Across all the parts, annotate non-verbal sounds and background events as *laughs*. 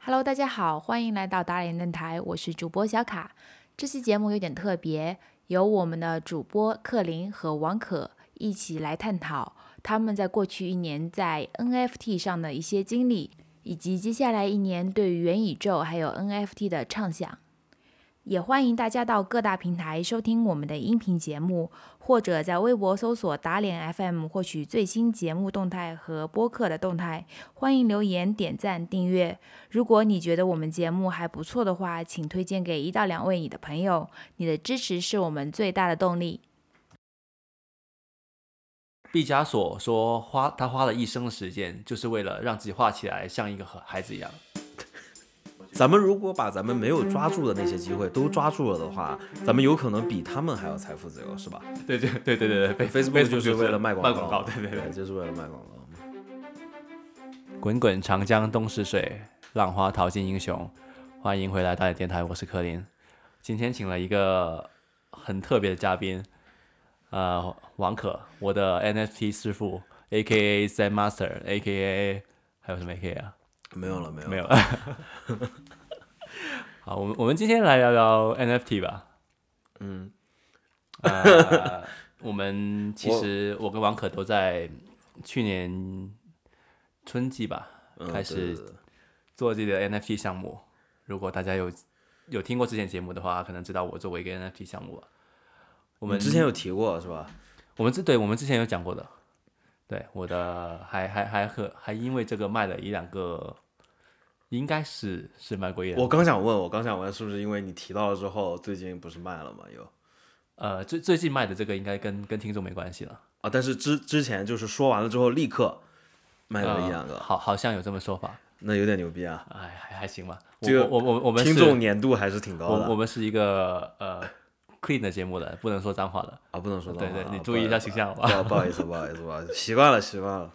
Hello，大家好，欢迎来到打脸电台，我是主播小卡。这期节目有点特别，由我们的主播克林和王可一起来探讨他们在过去一年在 NFT 上的一些经历，以及接下来一年对于元宇宙还有 NFT 的畅想。也欢迎大家到各大平台收听我们的音频节目，或者在微博搜索“打脸 FM” 获取最新节目动态和播客的动态。欢迎留言、点赞、订阅。如果你觉得我们节目还不错的话，请推荐给一到两位你的朋友，你的支持是我们最大的动力。毕加索说花他花了一生的时间，就是为了让自己画起来像一个孩子一样。咱们如果把咱们没有抓住的那些机会都抓住了的话，咱们有可能比他们还要财富自由，是吧对对对对对对？Facebook 就是为了卖广广告，对对对。就是为了卖广告。滚滚长江东逝水，浪花淘尽英雄。欢迎回来大脸电台，我是柯林。今天请了一个很特别的嘉宾，呃，王可，我的 NFT 师傅，A K A Zen Master A K A 还有什么 A K A 啊？没有了，没有没了。有。 *laughs* 好，我们我们今天来聊聊 NFT 吧。嗯， *laughs* 呃，我们其实我跟王可都在去年春季吧嗯开对始对对做自己的 NFT 项目。如果大家有有听过之前节目的话，可能知道我作为一个 NFT 项目了。我我们们之前有提过是吧？我们之对我们之前有讲过的，对我的还还还和还因为这个卖了一两个，应该是是卖过一两个我刚想问，我刚想问，是不是因为你提到了之后，最近不是卖了吗？又呃，最最近卖的这个应该跟跟听众没关系了，啊，但是之之前就是说完了之后立刻卖了呃一两个，好，好像有这么说法，那有点牛逼啊！哎，还还行吧。我这个我我我们听是众粘度还是挺高我我的们是一个呃 clean 的节目的，不能说脏话的。啊，不能说脏对话对，啊你不注意一好下意思形象好吧。不好不好意思，不好意思，不好意思，习惯了，习惯 *laughs* 了。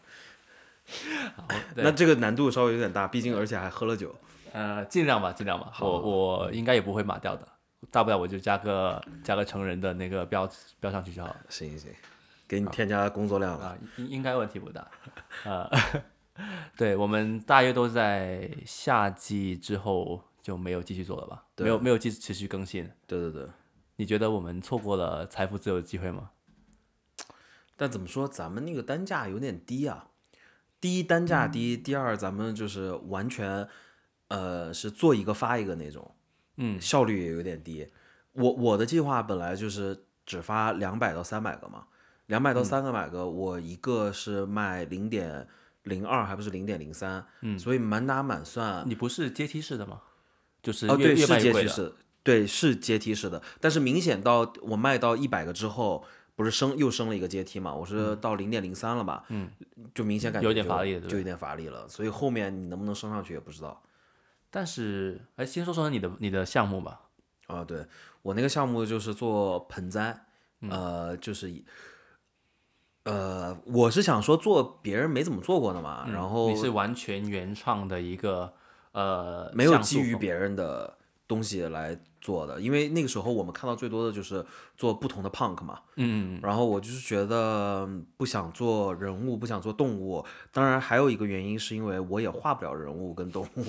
*laughs* 对那这个难度稍微有点大，毕竟而且还喝了酒。呃，尽量吧，尽量吧。我我应该也不会码掉的，大不了我就加个加个成人的那个标标上去就好了。行行，给你添加工作量了。啊，应应该问题不大。呃， *laughs* 对我们大约都在夏季之后就没有继续做了吧？没有没有继持续更新。对对对，你觉得我们错过了财富自由的机会吗？但怎么说，咱们那个单价有点低啊。第一单价低，第二咱们就是完全，呃，是做一个发一个那种，嗯，效率也有点低。我我的计划本来就是只发两百到三百个嘛，两百到三百个，我一个是卖零点零二，还不是零点零三，嗯，所以满打满算，你不是阶梯式的吗？就是越、哦，对，越是卖越阶贵梯的。式的，对，是阶梯式的。但是明显到我卖到一百个之后，不是升又升了一个阶梯嘛？我是到零点零三了吧？嗯，就明显感嗯觉有点就乏力了对不就有点乏力了。所以后面你能不能升上去也不知道但是，哎，先说说你的你的项目吧。啊。对我那个项目就是做盆栽，嗯呃，就是以。呃，我是想说做别人没怎么做过的嘛，然嗯后你是完全原创的一个呃，没有像素基于风别人的东西来做的，因为那个时候我们看到最多的就是做不同的 punk 嘛，嗯，嗯嗯然后我就是觉得嗯不想做人物，不想做动物。当然，还有一个原因是因为我也画不了人物跟动物。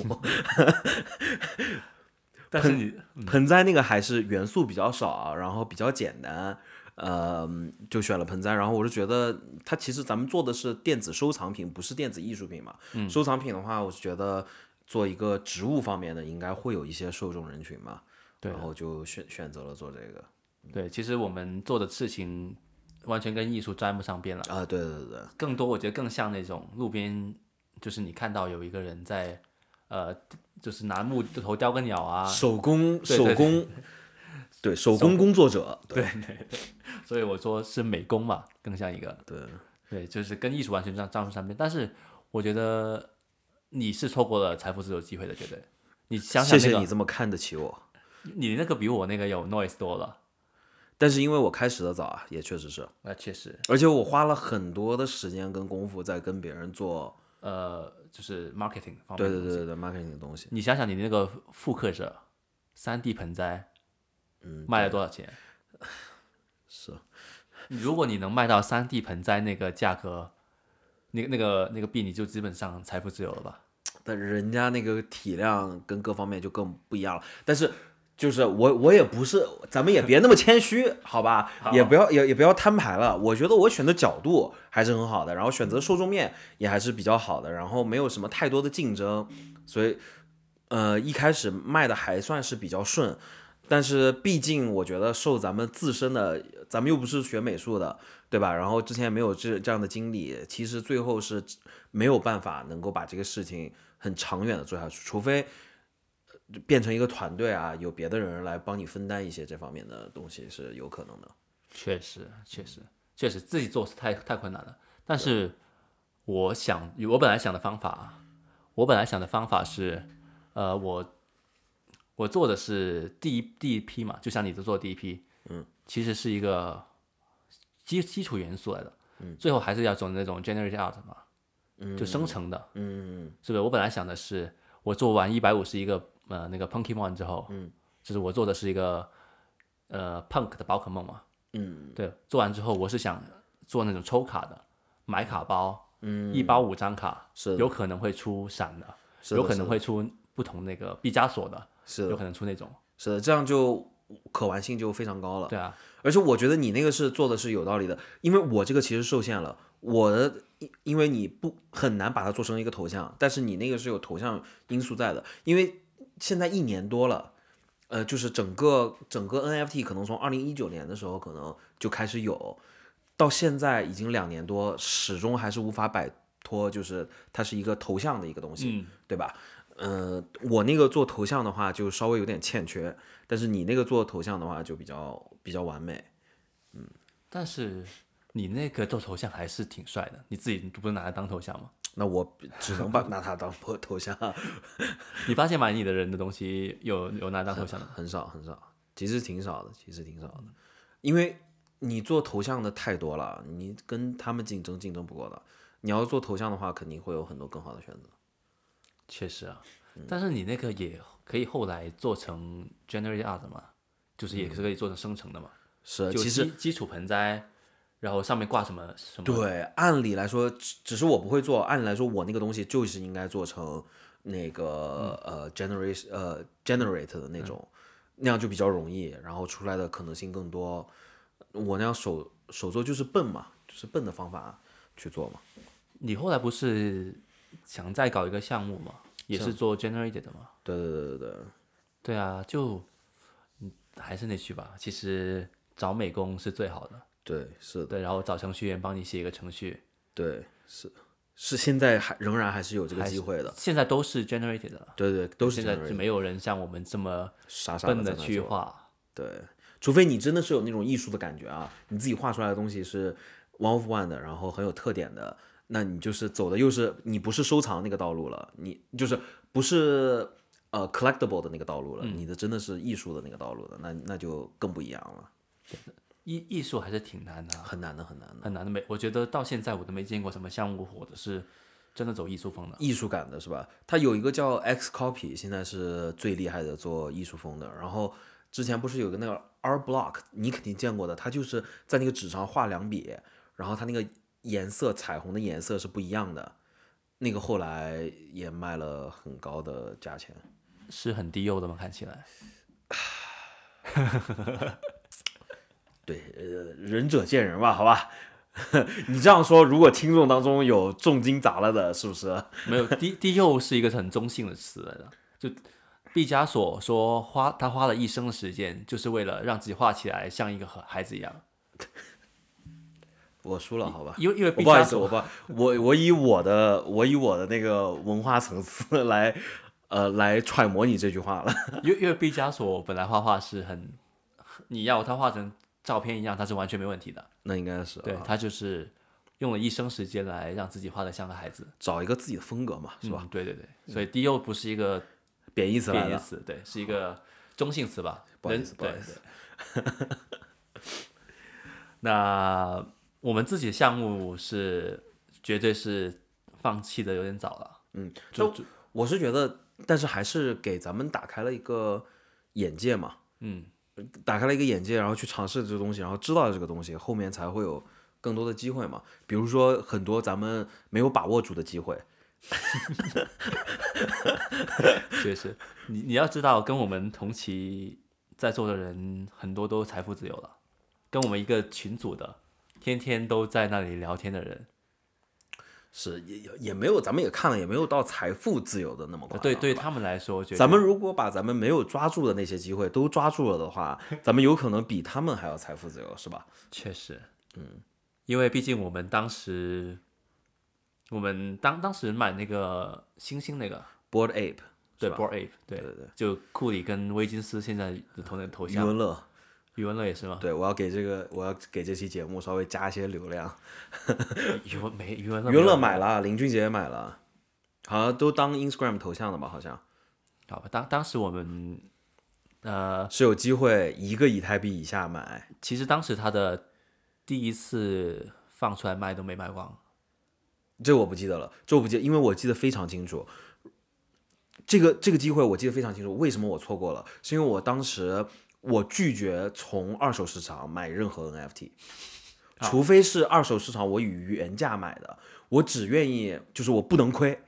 但是你盆栽那个还是元素比较少，啊然后比较简单，呃，就选了盆栽。然后我是觉得它其实咱们做的是电子收藏品，不是电子艺术品嘛。收藏品的话，我是觉得做一个植物方面的，应该会有一些受众人群嘛。对然后就选选择了做这个。对，其实我们做的事情完全跟艺术沾不上边了。啊，对对对对，更多我觉得更像那种路边，就是你看到有一个人在，呃，就是拿木头雕个鸟啊，手工对对手对工， *laughs* 对手工工作者，对所以我说是美工嘛，更像一个对。对，就是跟艺术完全沾沾不上边。但是我觉得你是错过了财富自由机会的，绝对。你想想谢那谢个，你这么看得起我。你那个比我那个有 noise 多了。但是因为我开始的早啊，也确实是，那确实，而且我花了很多的时间跟功夫在跟别人做，呃，就是 marketing 方面。对对对对对 marketing 的东西。你想想你那个复刻者，三 D 盆栽，嗯，卖了多少钱？是如果你能卖到三 D 盆栽那个价格，那那个那个币，你就基本上财富自由了吧？但人家那个体量跟各方面就更不一样了。但是就是我我也不是，咱们也别那么谦虚，好吧？也不要也也不要摊牌了。我觉得我选的角度还是很好的，然后选择受众面也还是比较好的，然后没有什么太多的竞争，所以呃一开始卖的还算是比较顺。但是毕竟我觉得受咱们自身的，咱们又不是学美术的，对吧？然后之前没有这这样的经历，其实最后是没有办法能够把这个事情很长远的做下去，除非呃变成一个团队啊，有别的人来帮你分担一些这方面的东西是有可能的。确实，确实，确实自己做是太太困难了。但是我想，我本来想的方法，我本来想的方法是，呃，我我做的是第一第一批嘛，就像你做的第一批，嗯，其实是一个基基础元素来的，嗯，最后还是要走那种 generate out 嘛，嗯，就生成的，嗯是不是？我本来想的是，我做完一百五十一个呃那个 Pokemon 之后，嗯，就是我做的是一个呃 Punk 的宝可梦嘛，嗯，对，做完之后我是想做那种抽卡的，买卡包，嗯，一包五张卡，是的有可能会出闪的，是的有可是能的会出不同那个毕加索的，是有的，可能出那种，是的，这样就可玩性就非常高了。对啊，而且我觉得你那个是做的是有道理的，因为我这个其实受限了，我的因因为你不很难把它做成一个头像，但是你那个是有头像因素在的，因为现在一年多了，呃，就是整个整个 NFT 可能从二零一九年的时候可能就开始有，到现在已经两年多，始终还是无法摆脱，就是它是一个头像的一个东西，嗯对吧？呃，我那个做头像的话就稍微有点欠缺，但是你那个做头像的话就比较比较完美。但是你那个做头像还是挺帅的，你自己不是拿来当头像吗？那我只能把拿它当头头像，你发现买你的人的东西有有拿来当头像的吗？ *laughs* 很少很少，其实挺少的，其实挺少的，嗯因为你做头像的太多了，你跟他们竞争竞争不过的。你要做头像的话，肯定会有很多更好的选择。确实啊，嗯但是你那个也可以后来做成 generate art 嘛，就是也是可以做成生成的嘛。是，啊就嗯呃其实基基础盆栽，然后上面挂什么什么，，对，按理来说，只只是我不会做。按理来说，我那个东西就是应该做成那个、呃 generate 呃 generate 的嗯那种，那样就比较容易，然后出来的可能性更多。我那样手手做就是笨嘛，就是笨的方法去做嘛。你后来不是想再搞一个项目嘛，也啊是做 generated 的嘛？对对对对对，对啊，就嗯还是那句吧，其实找美工是最好的，对是的，对，然后找程序员帮你写一个程序，对是是，现在还仍然还是有这个还机是会的。现在都是 generated 的了，对对，都是现在就 generate 没有人像我们这么傻傻笨的的去画。对，除非你真的是有那种艺术的感觉啊，你自己画出来的东西是 one of one 的，然后很有特点的，那你就是走的又是你不是收藏那个道路了，你就是不是呃 collectible 的那个道路了，你的真的是艺术的那个道路的，那那就更不一样了，艺艺术还是挺难的啊，很难的，很难的，很难的。没，我觉得到现在我都没见过什么项目火的是真的走艺术风的。艺术感的是吧？他有一个叫 X Copy，现在是最厉害的做艺术风的。然后之前不是有个那个 R Block，你肯定见过的，他就是在那个纸上画两笔，然后他那个颜色彩虹的颜色是不一样的。那个后来也卖了很高的价钱，是很低幼的吗？看起来对，呃，仁者见仁吧，好吧。 *laughs* 你这样说，如果听众当中有重金砸了的，是不是？没有低低幼是一个很中性的词来的。就毕加索说花他花了一生的时间，就是为了让自己画起来像一个孩子一样。我输了，好吧。因为因 *laughs* 为啊我毕不好加意思，我索不，我我以我的我以我的那个文化层次来，呃，来揣摩你这句话了。 *laughs* 因为因为毕加索本来画画是很，你要他画成照片一样，他是完全没问题的。那应该是、啊、对他就是用了一生时间来让自己画的像个孩子，找一个自己的风格嘛，是吧？嗯？对对对，所以低幼不是一个贬义词来贬义的，词，对，是一个中性词吧？不好意人思不好对意思对 *laughs* 那我们自己的项目是绝对是放弃的有点早了，嗯，就就我是觉得，但是还是给咱们打开了一个眼界嘛，嗯，打开了一个眼界，然后去尝试这个东西，然后知道这个东西，后面才会有更多的机会嘛。比如说很多咱们没有把握住的机会，确实，你你要知道，跟我们同期在座的人很多都财富自由了，跟我们一个群组的，天天都在那里聊天的人，是也也也没有，咱们也看了，也没有到财富自由的那么快。对对，他们来说，我觉得咱们如果把咱们没有抓住的那些机会都抓住了 *laughs* 的话，咱们有可能比他们还要财富自由，是吧？确实，嗯，因为毕竟我们当时，我们当当时买那个星星那个 Board Ape，对吧 b o r Ape，对对对就库里跟威金斯现在的头那头余像，文乐，余文乐也是吗？对我要给这个，我要给这期节目稍微加一些流量。余文没余文乐余没有文乐买了，林俊杰也买了，好像都当 Instagram 头像了吧？好像好吧，当当时我们，呃，是有机会一个以太币以下买，其实当时他的第一次放出来卖都没卖光，这我不记得了，这我不记得，因为我记得非常清楚。这个这个机会我记得非常清楚，为什么我错过了？是因为我当时我拒绝从二手市场买任何 NFT，除非是二手市场我以原价买的，我只愿意就是我不能亏，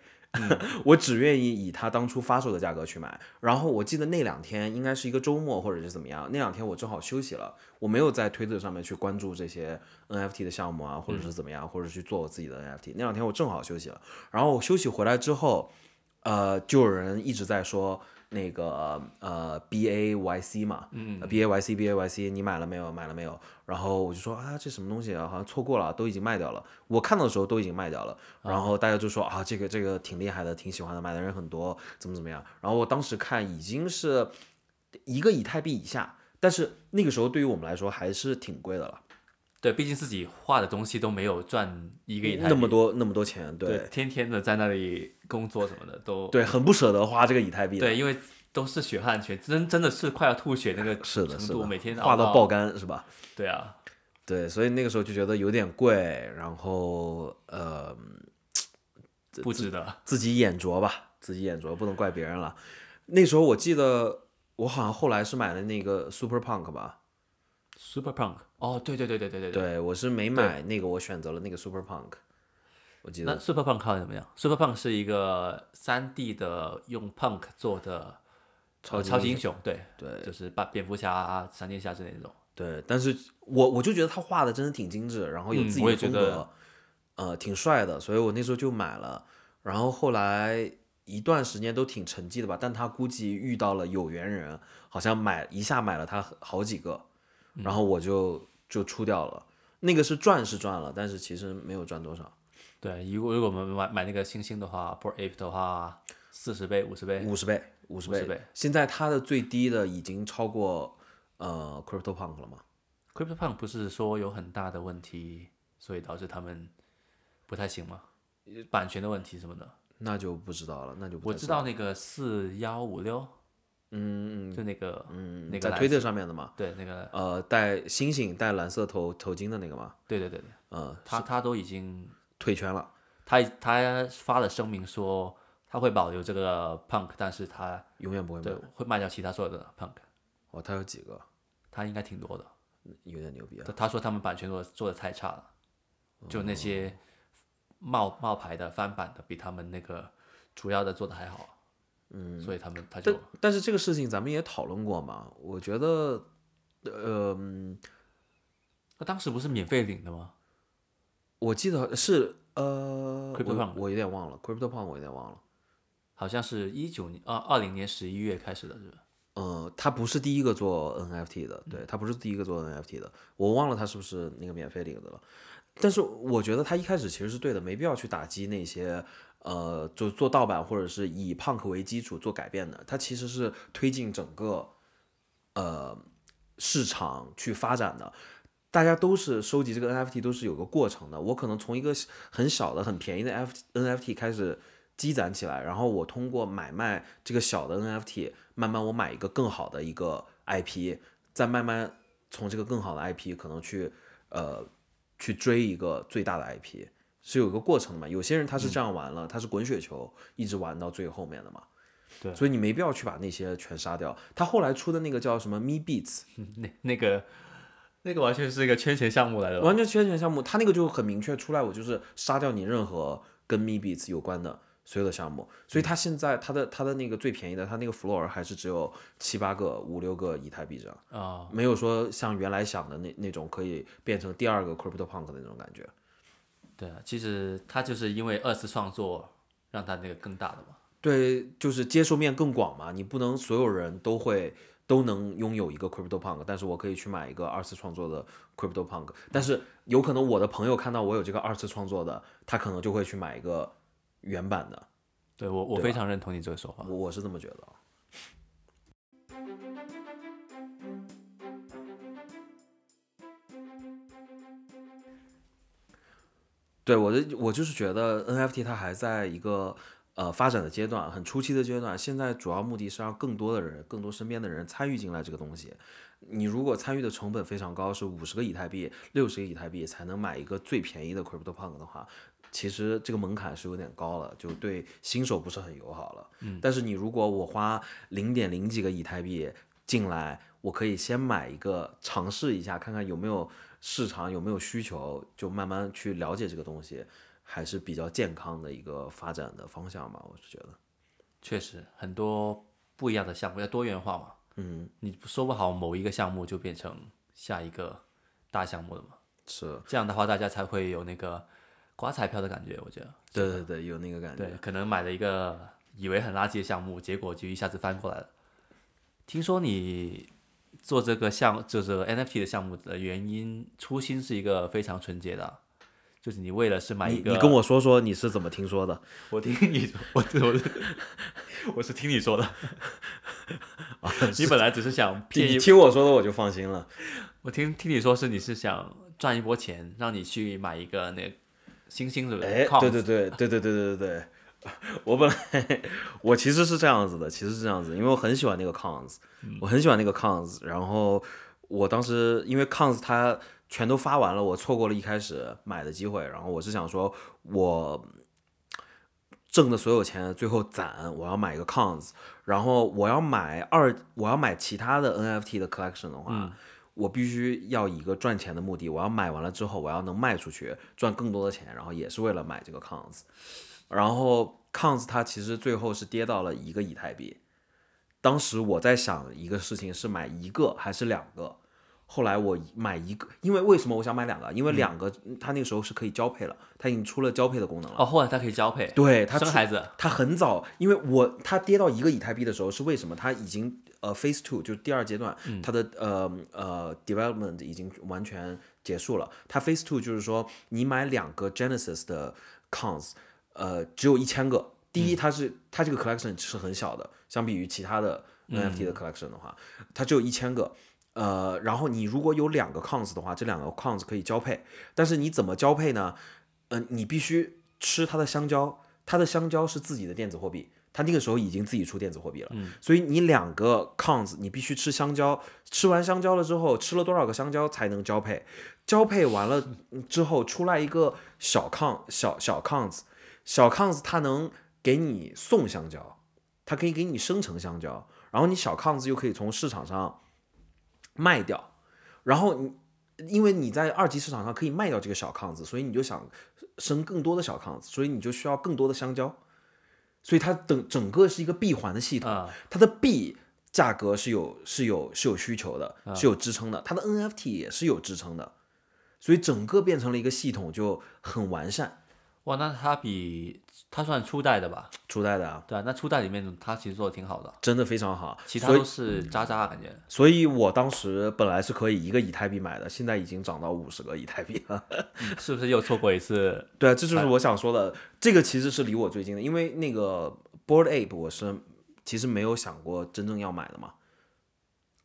我只愿意以它当初发售的价格去买。然后我记得那两天应该是一个周末或者是怎么样，那两天我正好休息了，我没有在推特上面去关注这些 NFT 的项目啊，或者是怎么样，或者去做我自己的 NFT。那两天我正好休息了，然后我休息回来之后，呃，就有人一直在说。那个呃，B A Y C 嘛，嗯，B A Y C B A Y C，你买了没有？买了没有？然后我就说啊，这什么东西啊？好像错过了，都已经卖掉了。我看到的时候都已经卖掉了。然后大家就说啊，这个这个挺厉害的，挺喜欢的，买的人很多，怎么怎么样？然后我当时看已经是一个以太币以下，但是那个时候对于我们来说还是挺贵的了，对，毕竟自己画的东西都没有赚一个以太币那么多那么多钱，对对，天天的在那里工作什么的都对很不舍得花这个以太币的，对因为都是血汗钱，真真的是快要吐血那个是程的，度，是的，每天花熬到爆肝是吧？对啊，对，所以那个时候就觉得有点贵，然后呃，不值得。自己眼拙吧，自己眼拙，不能怪别人了。那时候我记得我好像后来是买了那个 Super Punk 吧， Super Punk，哦，对对对对对对对。对我是没买那个，我选择了那个 Super Punk，我记那得 Super Punk 看怎么样？Super Punk 是一个三 D 的用 Punk 做的超呃级超英级英雄，对对就是把蝙蝠侠、啊、闪电侠之类的那种。对，但是我我就觉得他画的真的挺精致，然后有嗯自己我的也觉风得格，呃，挺帅的，所以我那时候就买了。然后后来一段时间都挺沉寂的吧，但他估计遇到了有缘人，好像买一下买了他好几个，嗯然后我就就出掉了。那个是赚是赚了，但是其实没有赚多少，对，如果如果我们买买那个星星的话 p o r Ape 的话，四十倍、五哎十倍，五十倍，五十50倍现在它的最低的已经超过呃 CryptoPunk 了吗？ CryptoPunk 不是说有很大的问题，所以导致他们不太行吗？版权的问题什么的，那就不知道了，那就不我太知道那个四幺五六，嗯，就那个，嗯那个在蓝推特色上面的嘛，对那个，呃，戴星星戴蓝色头头巾的那个嘛，对对对对，呃，他他都已经，退圈了，他他发了声明说他会保留这个 Punk，但是他永远不会买对。会卖掉其他所有的 Punk，哦，他有几个，他应该挺多的。有点牛逼啊。他他说他们版权做的做的太差了，就那些冒冒牌的翻版的比他们那个主要的做的还好，嗯，所以他们他但就但是这个事情咱们也讨论过嘛，我觉得，呃，他当时不是免费领的吗？我记得是呃，我 CryptoPunk 我有点忘了，CryptoPunk 我有点忘了。好像是一九年啊二零年十一月开始的，是吧？嗯，他不是第一个做 NFT 的，对他不是第一个做 NFT 的，我忘了他是不是那个免费领的了。但是我觉得他一开始其实是对的，没必要去打击那些呃做做盗版或者是以 punk 为基础做改变的，他其实是推进整个呃市场去发展的。大家都是收集这个 NFT 都是有个过程的，我可能从一个很小的、很便宜的 F NFT 开始积攒起来，然后我通过买卖这个小的 NFT，慢慢我买一个更好的一个 IP，再慢慢从这个更好的 IP 可能去呃去追一个最大的 IP，是有一个过程的嘛。有些人他是这样玩了，他是滚雪球一直玩到最后面的嘛。对所以你没必要去把那些全杀掉。他后来出的那个叫什么 Me Beats，那那个那个完全是一个圈钱项目来的吧，完全圈钱项目，它那个就很明确出来，我就是杀掉你任何跟 Me Beats 有关的，所有的项目，所以它现在它的它的那个最便宜的，它那个弗洛尔还是只有七八个、五六个以太币这样，啊、没有说像原来想的那那种可以变成第二个 CryptoPunk 的那种感觉。对啊，其实他就是因为二次创作让他那个更大的嘛。对，就是接受面更广嘛，你不能所有人都会都能拥有一个 CryptoPunk，但是我可以去买一个二次创作的 CryptoPunk，但是有可能我的朋友看到我有这个二次创作的，他可能就会去买一个原版的，对我我非常认同你这个说法。我我是这么觉得啊。对我的，我就是觉得 NFT 它还在一个呃发展的阶段，很初期的阶段。现在主要目的是让更多的人，更多身边的人参与进来这个东西。你如果参与的成本非常高，是五十个以太币、六十个以太币才能买一个最便宜的 CryptoPunk 的话，其实这个门槛是有点高了，就对新手不是很友好了。嗯，但是你如果我花零点零几个以太币进来，我可以先买一个尝试一下，看看有没有市场有没有需求，就慢慢去了解这个东西，还是比较健康的一个发展的方向吧，我是觉得。确实，很多不一样的项目要多元化嘛。嗯，你说不好某一个项目就变成下一个大项目了嘛？是，这样的话，大家才会有那个刮彩票的感觉。我觉得，对对对，有那个感觉。对，可能买了一个以为很垃圾的项目，结果就一下子翻过来了。听说你做这个项，就是 NFT 的项目的原因，初心是一个非常纯洁的啊，就是你为了是买你一个，哎你跟我说说你是怎么听说的？我听你说，我我是我是听你说的。 *laughs* 你本来只是想骗你一，听我说的我就放心了。我听听你说是你是想赚一波钱，让你去买一个那个星星，对不哎对？Coins 对对对对对对对对对， *laughs* 我本来我其实是这样子的，其实是这样子，因为我很喜欢那个 cons，我很喜欢那个 cons，然后我当时因为 cons 它全都发完了，我错过了一开始买的机会，然后我是想说我。挣的所有钱最后攒，我要买一个 cons，然后我要买二，我要买其他的 NFT 的 collection 的话，我必须要以一个赚钱的目的，我要买完了之后，我要能卖出去，赚更多的钱，然后也是为了买这个 cons。然后 cons 它其实最后是跌到了一个以太币。当时我在想一个事情是买一个还是两个，后来我买一个，因为为什么我想买两个？嗯因为两个、嗯它那个时候是可以交配了，它已经出了交配的功能了。哦，后来它可以交配，对，它生出孩子，它很早，因为我它跌到一个以太币的时候是为什么？它已经呃 phase two 就是第二阶段，它的呃呃 development 已经完全结束了。它 phase two 就是说你买两个 Genesis 的 cons，呃，只有一千个。第一，它是它这个 collection 是很小的，相比于其他的 NFT 的 collection 的话，它只有一千个。呃，然后你如果有两个 cons 的话，这两个 cons 可以交配，但是你怎么交配呢？嗯，你必须吃它的香蕉，它的香蕉是自己的电子货币，它那个时候已经自己出电子货币了，所以你两个 cons 你必须吃香蕉，吃完香蕉了之后，吃了多少个香蕉才能交配？交配完了之后出来一个小 con 小小 cons，小 cons 它能给你送香蕉，它可以给你生成香蕉，然后你小 cons 又可以从市场上卖掉，然后你。因为你在二级市场上可以卖掉这个小 cons，所以你就想生更多的小康，所以你就需要更多的香蕉，所以它整整个是一个闭环的系统，啊它的币价格是有是有是有需求的，啊是有支撑的，它的 NFT 也是有支撑的，所以整个变成了一个系统就很完善，哇，那它比它算初代的吧？初代的啊，对啊，那初代里面它其实做的挺好的，真的非常好，其他所以都是渣渣啊感觉。所以我当时本来是可以一个以太币买的，现在已经涨到五十个以太币了。是不是又错过一次？对啊，这哎就是我想说的。这个其实是离我最近的，因为那个 Board Ape 我是其实没有想过真正要买的嘛，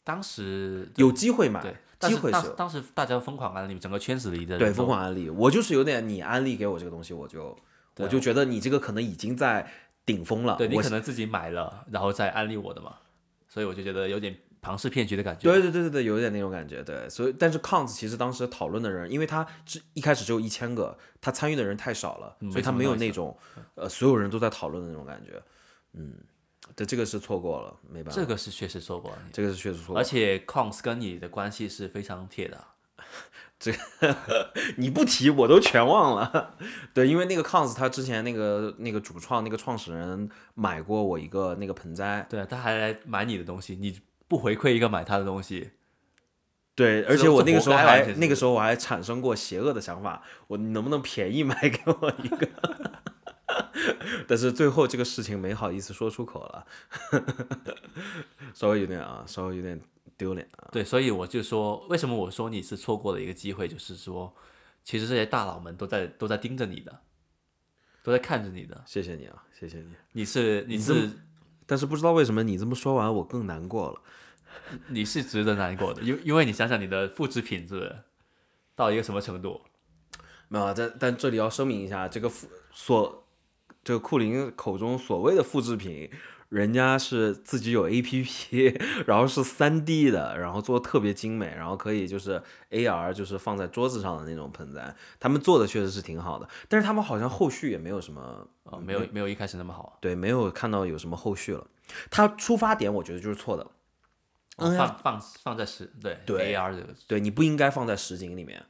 当时有机会对买，，但机是会当是有当时大家疯狂啊，你们整个圈子里的对人都疯狂安利。我就是有点你安利给我这个东西，我就对啊我就觉得你这个可能已经在顶峰了。对你啊我可能自己买了，然后再安利我的嘛，所以我就觉得有点庞氏骗局的感觉。对对对对对，有点那种感觉。对，所以但是 Cons 其实当时讨论的人，因为他只一开始只有一千个，他参与的人太少了，嗯所以他没嗯没什么有东西那种呃所有人都在讨论的那种感觉。嗯，对，这个是错过了，没办法，这个是确实错过了，这个是确实错过了而且 Cons 跟你的关系是非常铁的，你不提我都全忘了。 *laughs* 对，因为那个 cons 他之前那个那个主创那个创始人买过我一个那个盆栽，对，他还来买你的东西，你不回馈一个买他的东西，对，而且这我活那个时候该还完全是那个时候我还产生过邪恶的想法，我你能不能便宜买给我一个？ *laughs* 但是最后这个事情没好意思说出口了，稍微有点啊，稍微有点丢脸啊。对，所以我就说，为什么我说你是错过了一个机会，就是说，其实这些大佬们都在都在盯着你的，都在看着你的，谢谢你啊，谢谢你。你是你是但是不知道为什么你这么说完，我更难过了。你是值得难过的，因因为你想想你的复制品质到一个什么程度，没有啊，但但这里要声明一下，这个复所这个库林口中所谓的复制品，人家是自己有 APP，然 *laughs* 后是3 D 的，然后做的特别精美，然后可以就是 AR 就是放在桌子上的那种盆栽，他们做的确实是挺好的，但是他们好像后续也没有什么啊，没有嗯没有一开始那么好，对，没有看到有什么后续了。他出发点我觉得就是错的，哦放放放在是对嗯对 AR 这个对你不应该放在实景里面，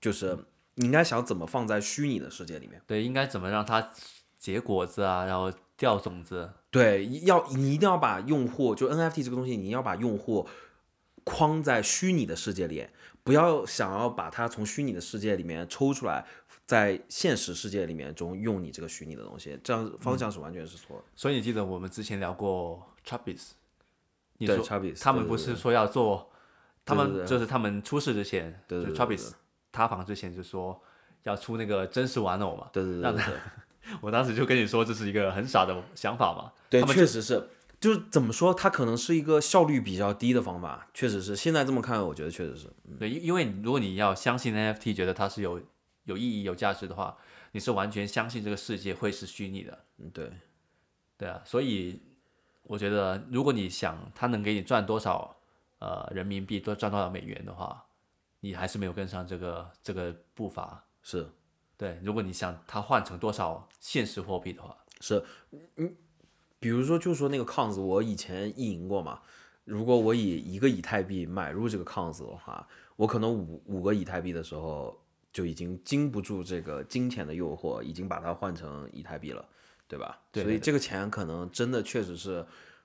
就是你应该想怎么放在虚拟的世界里面。对应该怎么让它结果子啊，然后掉种子，对，一要你一定要把用户就 NFT 这个东西，你要把用户框在虚拟的世界里，不要想要把它从虚拟的世界里面抽出来，在现实世界里面中用你这个虚拟的东西，这样方向是完全是错的。所以你记得我们之前聊过 Chubbies，你对说 Chubbies，他们对对不对是说要做，他对对们对就是他们出事之前，对对就对 Chubbies 塌房之前就说要出那个真实玩偶嘛。对对对让对他，我当时就跟你说这是一个很傻的想法嘛。对，他们确实是，就是怎么说，它可能是一个效率比较低的方法，确实是。现在这么看，我觉得确实是。对，因因为如果你要相信 NFT，觉得它是有有意义、有价值的话，你是完全相信这个世界会是虚拟的。嗯，对，对啊，所以我觉得，如果你想它能给你赚多少呃人民币，多赚多少美元的话，你还是没有跟上这个这个步伐。是。对，如果你想它换成多少现实货币的话，比如说，就说那个 cons，我以前意淫过嘛。如果我以一个以太币买入这个 cons 的话，我可能五五个以太币的时候就已经经不住这个金钱的诱惑，已经把它换成以太币了，对吧？对所以对对这个钱可能真的确实是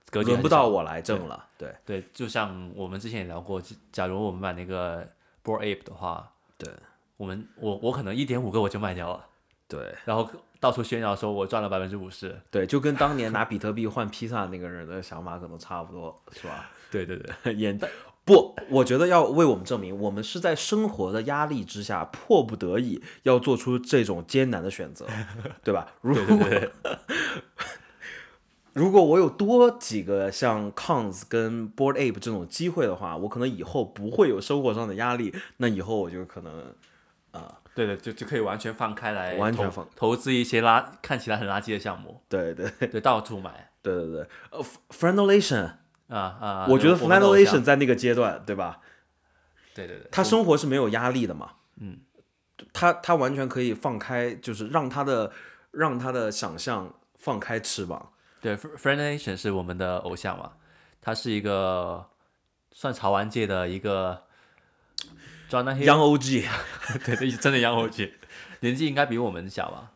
格局轮很不到小我来挣了。对对，就像我们之前也聊过，假如我们买那个 b o r Ape 的话，对我们我我可能一点五个我就卖掉了，对然后到处炫耀说我赚了百分之五十。对，就跟 *laughs* 当年拿比特币换披萨那个人的想法可能差不多，是吧？对对对，演不，我觉得要为我们证明，我们是在生活的压力之下，迫不得已要做出这种艰难的选择，对吧？如果 *laughs* 如果我有多几个像 Cons 跟 Board Ape 这种机会的话，我可能以后不会有生活上的压力，那以后我就可能对对，就就可以完全放开来投，完全放投资一些垃看起来很垃圾的项目，对对对对，到处买对对，呃 f r i e n d o l a t i o n 啊啊！我觉得们 f 偶 r i 像 e n d o l a t i o n 在那个阶段，对吧？对对对，他生活是没有压力的嘛，嗯，他他完全可以放开，就是让他的让他的想象放开翅膀，对 f r e n d Nation 是我们的偶像嘛，他是一个算潮玩界的一个 Jonah Hill，央 OG，对对，真的洋猴子，年纪应该比我们小吧，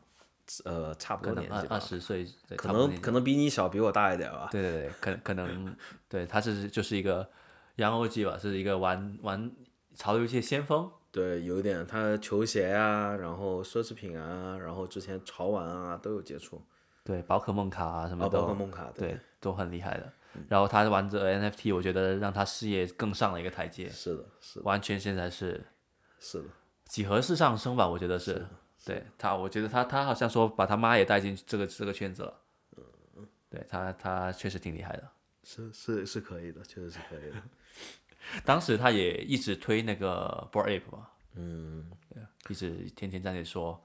呃，差不可多能年二纪二吧，十岁，对可差不多能年纪可能比你小，比我大一点吧，对对对，可可能对他是就是一个洋猴子吧，是一个玩玩潮流界先锋，对，有一点，他球鞋啊，然后奢侈品啊，然后之前潮玩啊都有接触，对宝可梦卡嗯啊什啊，么都包括梦卡，对，都很厉害的。然后他玩着 NFT，我觉得让他事业更上了一个台阶，是的，是的，完全现在是是的，几何式上升吧，我觉得是。对他，我觉得他他好像说把他妈也带进这个这个圈子了。对他他确实挺厉害的。是是是可以的，确实是可以的。当时他也一直推那个 b o r Ape 嘛，嗯，对，一直天天在那里说，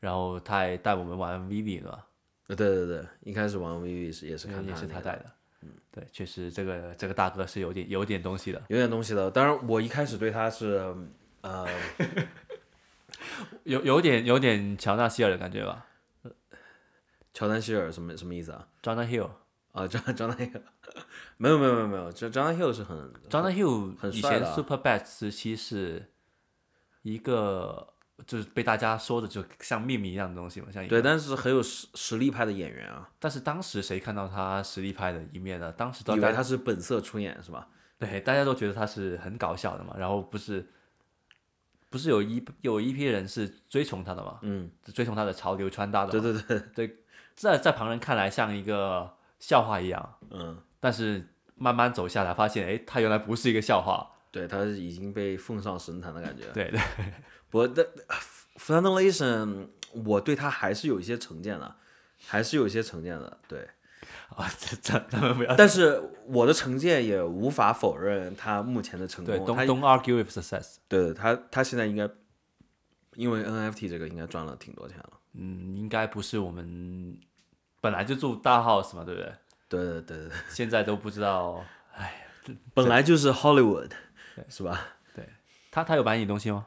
然后他还带我们玩 Vivi 嘛，呃 *laughs* 对对对，一开始玩 VV 是也是看也他是那他个带的。嗯，对，确实这个这个大哥是有点有点东西的。有点东西的，当然我一开始对他是呃。有有点有点乔纳希尔的感觉吧乔丹希尔什么什么意思啊？ ，Jonah Hill。啊，张张丹 hill，没有没有没有没有，张张丹 hill 是很 Jonah Hill 很以帅前的啊 Super Bad 时期是一个就是被大家说的就像秘密一样的东西嘛，像一个对，但是很有实实力派的演员啊，但是当时谁看到他实力派的一面呢？当时都以大为家他是本色出演是吧？对大家都觉得他是很搞笑的嘛，然后不是不是有一有一批人是追崇他的嘛，嗯，追崇他的潮流穿搭的嘛，对对对，在在旁人看来像一个笑话一样，嗯，但是慢慢走下来发现，哎，他原来不是一个笑话，对他已经被奉上神坛的感觉。对对， *laughs* 不过，但 f e r n a n d e s o n 我对他还是有一些成见的，还是有一些成见的。对，啊，这这咱们不要但是我的成见也无法否认他目前的成对功。 ，don't 他 don't argue with success，对他他现在应该因为 NFT 这个应该赚了挺多钱了。嗯，应该不是我们本来就住大 house 嘛，对不对？对对对对，对现在都不知道本来就是 Hollywood，是吧？他他有买你东西吗？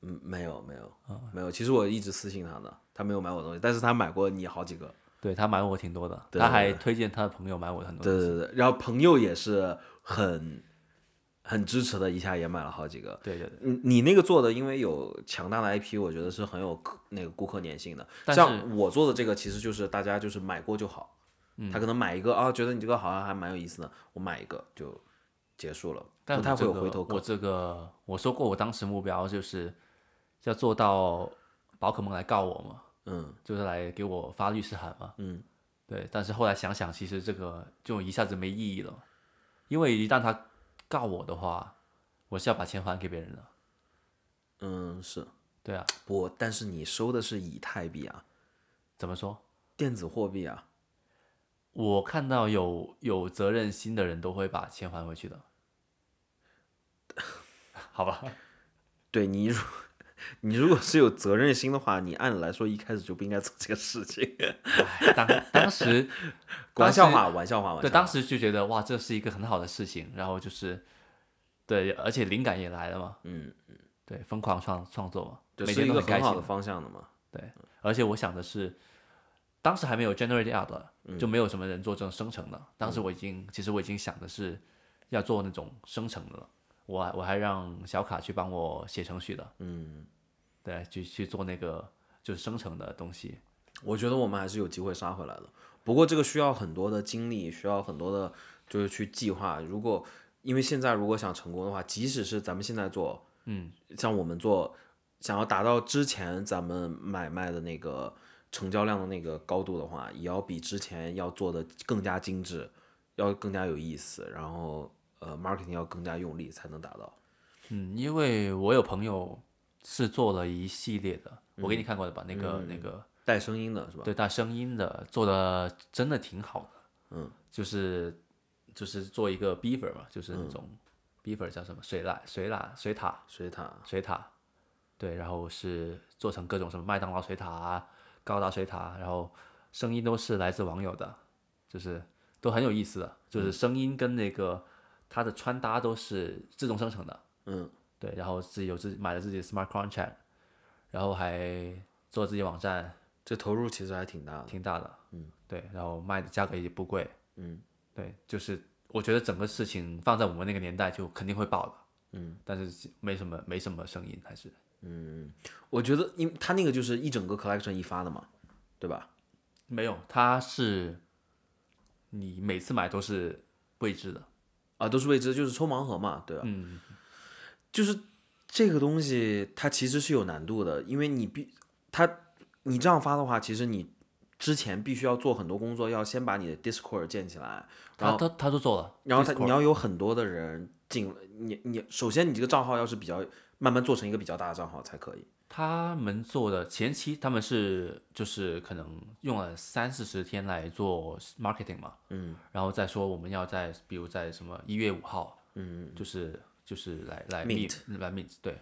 嗯，没有没有没有，其实我一直私信他的，他没有买我东西，但是他买过你好几个。对他买我挺多的，对他还推荐他的朋友买我很多对东西。对对，然后朋友也是很很支持的，一下也买了好几个。对对对，嗯，你那个做的，因为有强大的 IP，我觉得是很有客那个顾客粘性的。但是像我做的这个，其实就是大家就是买过就好，他可能买一个啊，觉得你这个好像还蛮有意思的，我买一个就结束了，但不我太会这有个回头我客。这个我说过，我当时目标就是要做到宝可梦来告我嘛，嗯，就是来给我发律师函嘛。嗯，对。但是后来想想，其实这个就一下子没意义了，因为一旦他告我的话，我是要把钱还给别人的。嗯，是对啊，不？但是你收的是以太币啊，怎么说？电子货币啊，我看到有有责任心的人都会把钱还回去的， *laughs* 好吧？ *laughs* 对你如 *laughs* 你如果是有责任心的话，你按理来说一开始就不应该做这个事情。 *laughs* 哎当当时玩当时笑话，玩笑话，玩笑话。对，当时就觉得哇，这是一个很好的事情，然后就是，对，而且灵感也来了嘛，嗯，对，疯狂创创作嘛，这每是天一都个很开很好的心。方向的嘛。而且我想的是，当时还没有 generated art，的嗯就没有什么人做这种生成的。当时我已经，其实我已经想的是要做那种生成的了。我还我还让小卡去帮我写程序的，嗯，对，去去做那个就是生成的东西。我觉得我们还是有机会杀回来的。不过这个需要很多的精力，需要很多的，就是去计划。如果因为现在如果想成功的话，即使是咱们现在做，嗯，像我们做，想要达到之前咱们买卖的那个成交量的那个高度的话，也要比之前要做的更加精致，要更加有意思，然后呃，marketing 要更加用力才能达到。嗯，因为我有朋友是做了一系列的，我嗯给你看过的吧？那个那个带声音的是吧？对带声音的做的真的挺好的，嗯，就是就是做一个 beaver 嘛，就是那种 beaver 叫什么水獭水獭水獭水塔，水獭，对，然后是做成各种什么麦当劳水獭啊、高达水獭，然后声音都是来自网友的，就是都很有意思的，就是声音跟那个它的穿搭都是自动生成的，嗯，对，然后自己有自己买了自己的 smart contract，然后还做自己网站，这投入其实还挺大的。挺大的，嗯，对，然后卖的价格也不贵，嗯，对，就是我觉得整个事情放在我们那个年代就肯定会爆的，嗯，但是没什么没什么声音，还是我觉得，因他那个就是一整个 collection 一发的嘛，对吧？没有，它是你每次买都是未知的，啊，都是未知，就是抽盲盒嘛，对吧？嗯，就是这个东西它其实是有难度的，因为你必它你这样发的话，其实你之前必须要做很多工作，要先把你的 Discord 建起来，然他后他他都做了，然后它 Discord 你要有很多的人进，你你首先你这个账号要是比较慢慢做成一个比较大的账号才可以。他们做的前期他们是就是可能用了三四十天来做 marketing 嘛，嗯，然后再说我们要在比如在什么一月五号，嗯，就是就是来来 Mint 来 mint 对，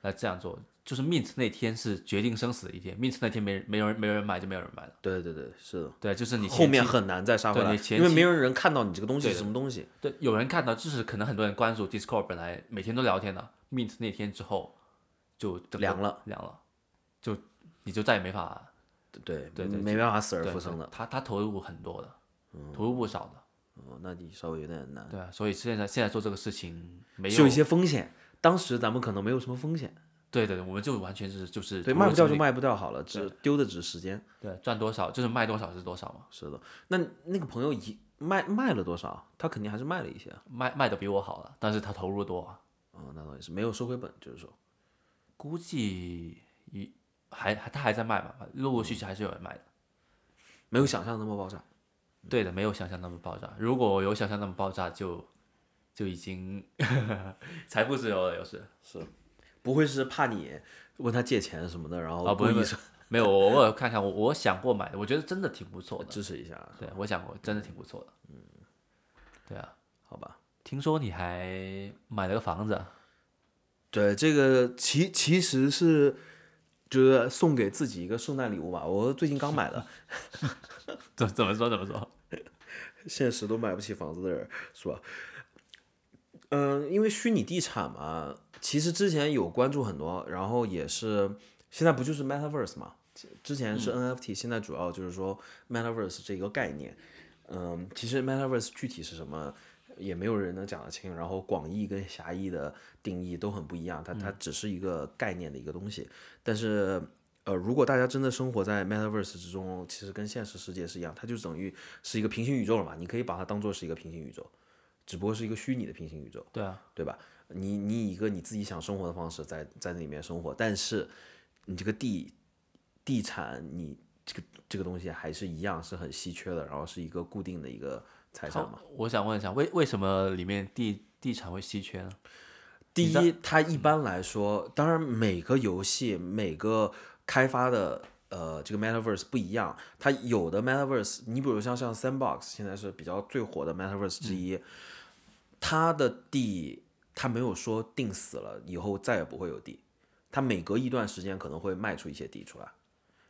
来这样做，就是 mint 那天是决定生死的一天，mint 那天没人没有人没有人买就没有人买了，对对对，是的。对，就是你前后面期很难再杀回对来你，前因为期没有人看到你这个东西对是什么东西。对有人看到，就是可能很多人关注 Discord，本来每天都聊天的，mint 那天之后就整个凉了凉了，就你就再也没法。对对对没办法死而对复生的。嗯他他投入很多的，投入不少的，哦，那你稍微有点难，对啊，所以现在现在做这个事情没是有一些风险。当时咱们可能没有什么风险，对对对，我们就完全是就是对，投入卖不掉就精力，卖不掉好了，只丢的只是时间。对，赚多少就是卖多少是多少嘛，是的，那那个朋友一卖卖了多少？他肯定还是卖了一些啊，卖卖的比我好了，但是他投入多啊，嗯，那倒也是没有收回本，就是说，估计一还还他还在卖嘛，陆陆续续还是有人卖的。没有想象那么爆炸。嗯对的，没有想象那么爆炸。如果有想象那么爆炸，就就已经 *laughs* 财富自由了，有时不会是怕你问他借钱什么的，然后啊不故会意不会说没有。我偶尔看看，我我想过买的，我觉得真的挺不错的。支持一下，对，我想过，真的挺不错的。嗯，对啊，好吧？听说你还买了个房子啊，对，这个其其实是就是送给自己一个圣诞礼物吧。我最近刚买的，怎怎么说怎么说？现实都买不起房子的人是吧？嗯，因为虚拟地产嘛，其实之前有关注很多，然后也是现在不就是 Metaverse 嘛？之之前是 NFT，、现在主要就是说 Metaverse 这个概念。嗯，其实 Metaverse 具体是什么，也没有人能讲得清。然后广义跟狭义的定义都很不一样，它它只是一个概念的一个东西。但是，呃，如果大家真的生活在 Metaverse 之中，其实跟现实世界是一样，它就等于是一个平行宇宙了嘛。你可以把它当做是一个平行宇宙，只不过是一个虚拟的平行宇宙。对啊，对吧？你你以一个你自己想生活的方式在在那里面生活，但是你这个地地产，你这个这个东西还是一样是很稀缺的，然后是一个固定的一个财产嘛。我想问一下，为为什么里面地地产会稀缺呢？第一，它一般来说，当然每个游戏每个开发的呃这个 Metaverse 不一样，它有的 Metaverse，你比如像像 Sandbox 现在是比较最火的 Metaverse 之一，它的地它没有说定死了，以后再也不会有地，它每隔一段时间可能会卖出一些地出来。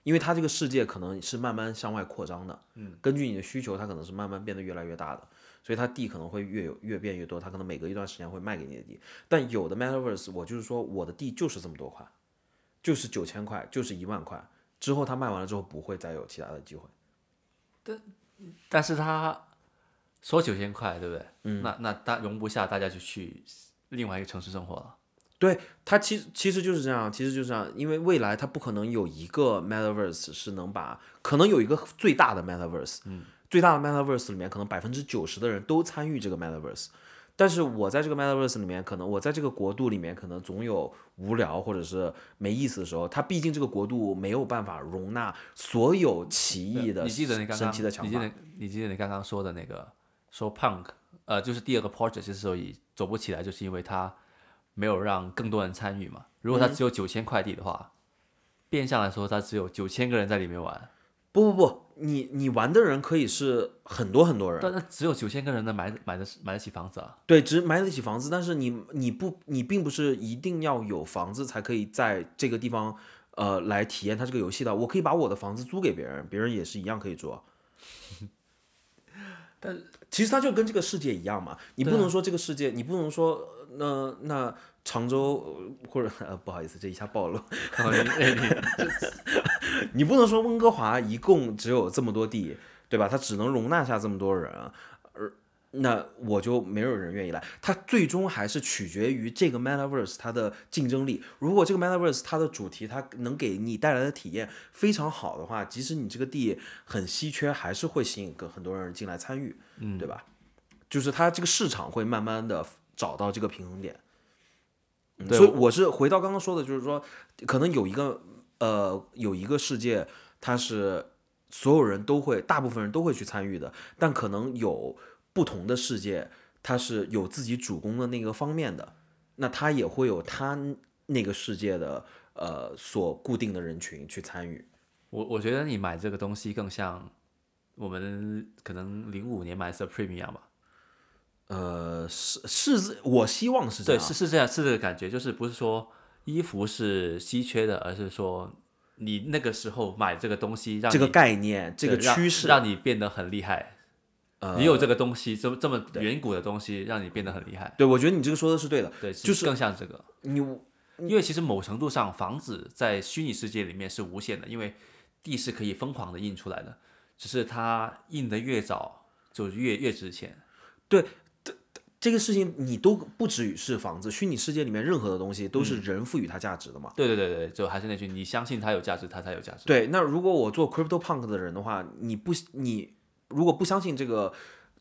因为它这个世界可能是慢慢向外扩张的，嗯，根据你的需求，它可能是慢慢变得越来越大的，所以它地可能会越有越变越多，它可能每隔一段时间会卖给你的地，但有的 Metaverse，我就是说我的地就是这么多块，就是九千块，就是一万块，之后他卖完了之后不会再有其他的机会。但是他说九千块，对不对？嗯，那那大容不下大家就去另外一个城市生活了。对它其实其实就是这样，其实就是这样，因为未来它不可能有一个 Metaverse 是能把，可能有一个最大的 Metaverse，嗯，最大的 Metaverse 里面可能百分之九十的人都参与这个 Metaverse，但是我在这个 Metaverse 里面，可能我在这个国度里面，可能总有无聊或者是没意思的时候，它毕竟这个国度没有办法容纳所有奇异的、你记得你刚刚神奇的想你记法得，你记得你刚刚说的那个说 punk，呃，就是第二个 project 之所以走不起来，就是因为它没有让更多人参与嘛。如果嗯它只有九千块地的话，变相来说，它只有九千个人在里面玩，不不不，你你玩的人可以是很多很多人，但那只有九千个人能买买得买得起房子啊。 *laughs* 对，只买得起房子，但是你你不你并不是一定要有房子才可以在这个地方呃来体验它这个游戏的。我可以把我的房子租给别人，别人也是一样可以住啊。但其实它就跟这个世界一样嘛，你不能说这个世界，你不能说呃那那常州呃或者、呃、不好意思，这一下暴露，然后你哎你你不能说温哥华一共只有这么多地，对吧？它只能容纳下这么多人，而那我就没有人愿意来。它最终还是取决于这个 Metaverse 它的竞争力。如果这个 Metaverse 它的主题它能给你带来的体验非常好的话，即使你这个地很稀缺，还是会吸引更很多人进来参与，嗯，对吧？就是它这个市场会慢慢的找到这个平衡点。嗯对所以我是回到刚刚说的，就是说，可能有一个呃有一个世界，它是所有人都会，大部分人都会去参与的，但可能有不同的世界，它是有自己主攻的那个方面的，那它也会有它那个世界的呃所固定的人群去参与。我我觉得你买这个东西更像我们可能零五年买 Supreme 一样吧。呃，是是这，我希望是这对，样。是是这样，是这个感觉，就是不是说衣服是稀缺的，而是说你那个时候买这个东西让这个你概念，这对个让趋势，让你变得很厉害。呃你有这个东西，这么这么远古的东西，让你变得很厉害。对我觉得你这个说的是对的。对，就是嗯更像这个，你因为其实某程度上，房子在虚拟世界里面是无限的，因为地是可以疯狂的印出来的，只是它印的越早就越越值钱。这个事情你都不止于是房子，虚拟世界里面任何的东西都是人赋予它价值的嘛。对对对对，就还是那句，你相信它有价值，它才有价值。对，那如果我做 Crypto Punk 的人的话，你不你如果不相信这个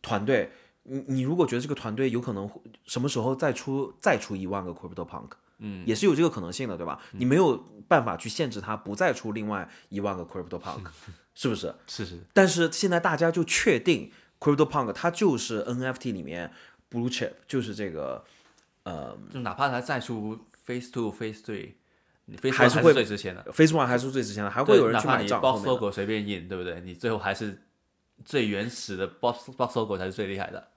团队，你你如果觉得这个团队有可能会什么时候再出再出一万个 Crypto Punk，嗯，也是有这个可能性的，对吧？你没有办法去限制它不再出另外一万个 Crypto Punk，是不是？是是，但是现在大家就确定 Crypto Punk 它就是 NFT 里面 Blue Chip，就是这个呃就哪怕它再出 Phase Two、Phase Three，你 Phase 还 One 是还会是最值钱的。 Phase One 还是最值钱的，还会有人哪去怕买你账后 Box 面的。 Logo 随便印，对不对？你最后还是最原始的 Box Box Logo 才是最厉害的。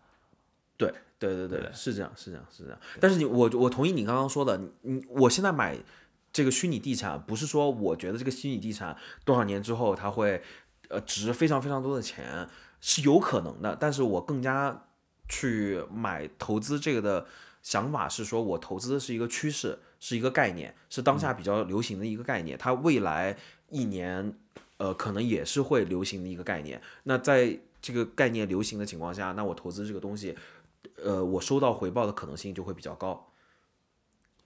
对对对对对不对，是这样，是这样，是这样。但是你我我同意你刚刚说的，你你我现在买这个虚拟地产，不是说我觉得这个虚拟地产多少年之后它会呃值非常非常多的钱，是有可能的。但是我更加去买投资这个的想法是说，我投资的是一个趋势，是一个概念，是当下比较流行的一个概念，它未来一年呃可能也是会流行的一个概念。那在这个概念流行的情况下，那我投资这个东西，呃，我收到回报的可能性就会比较高。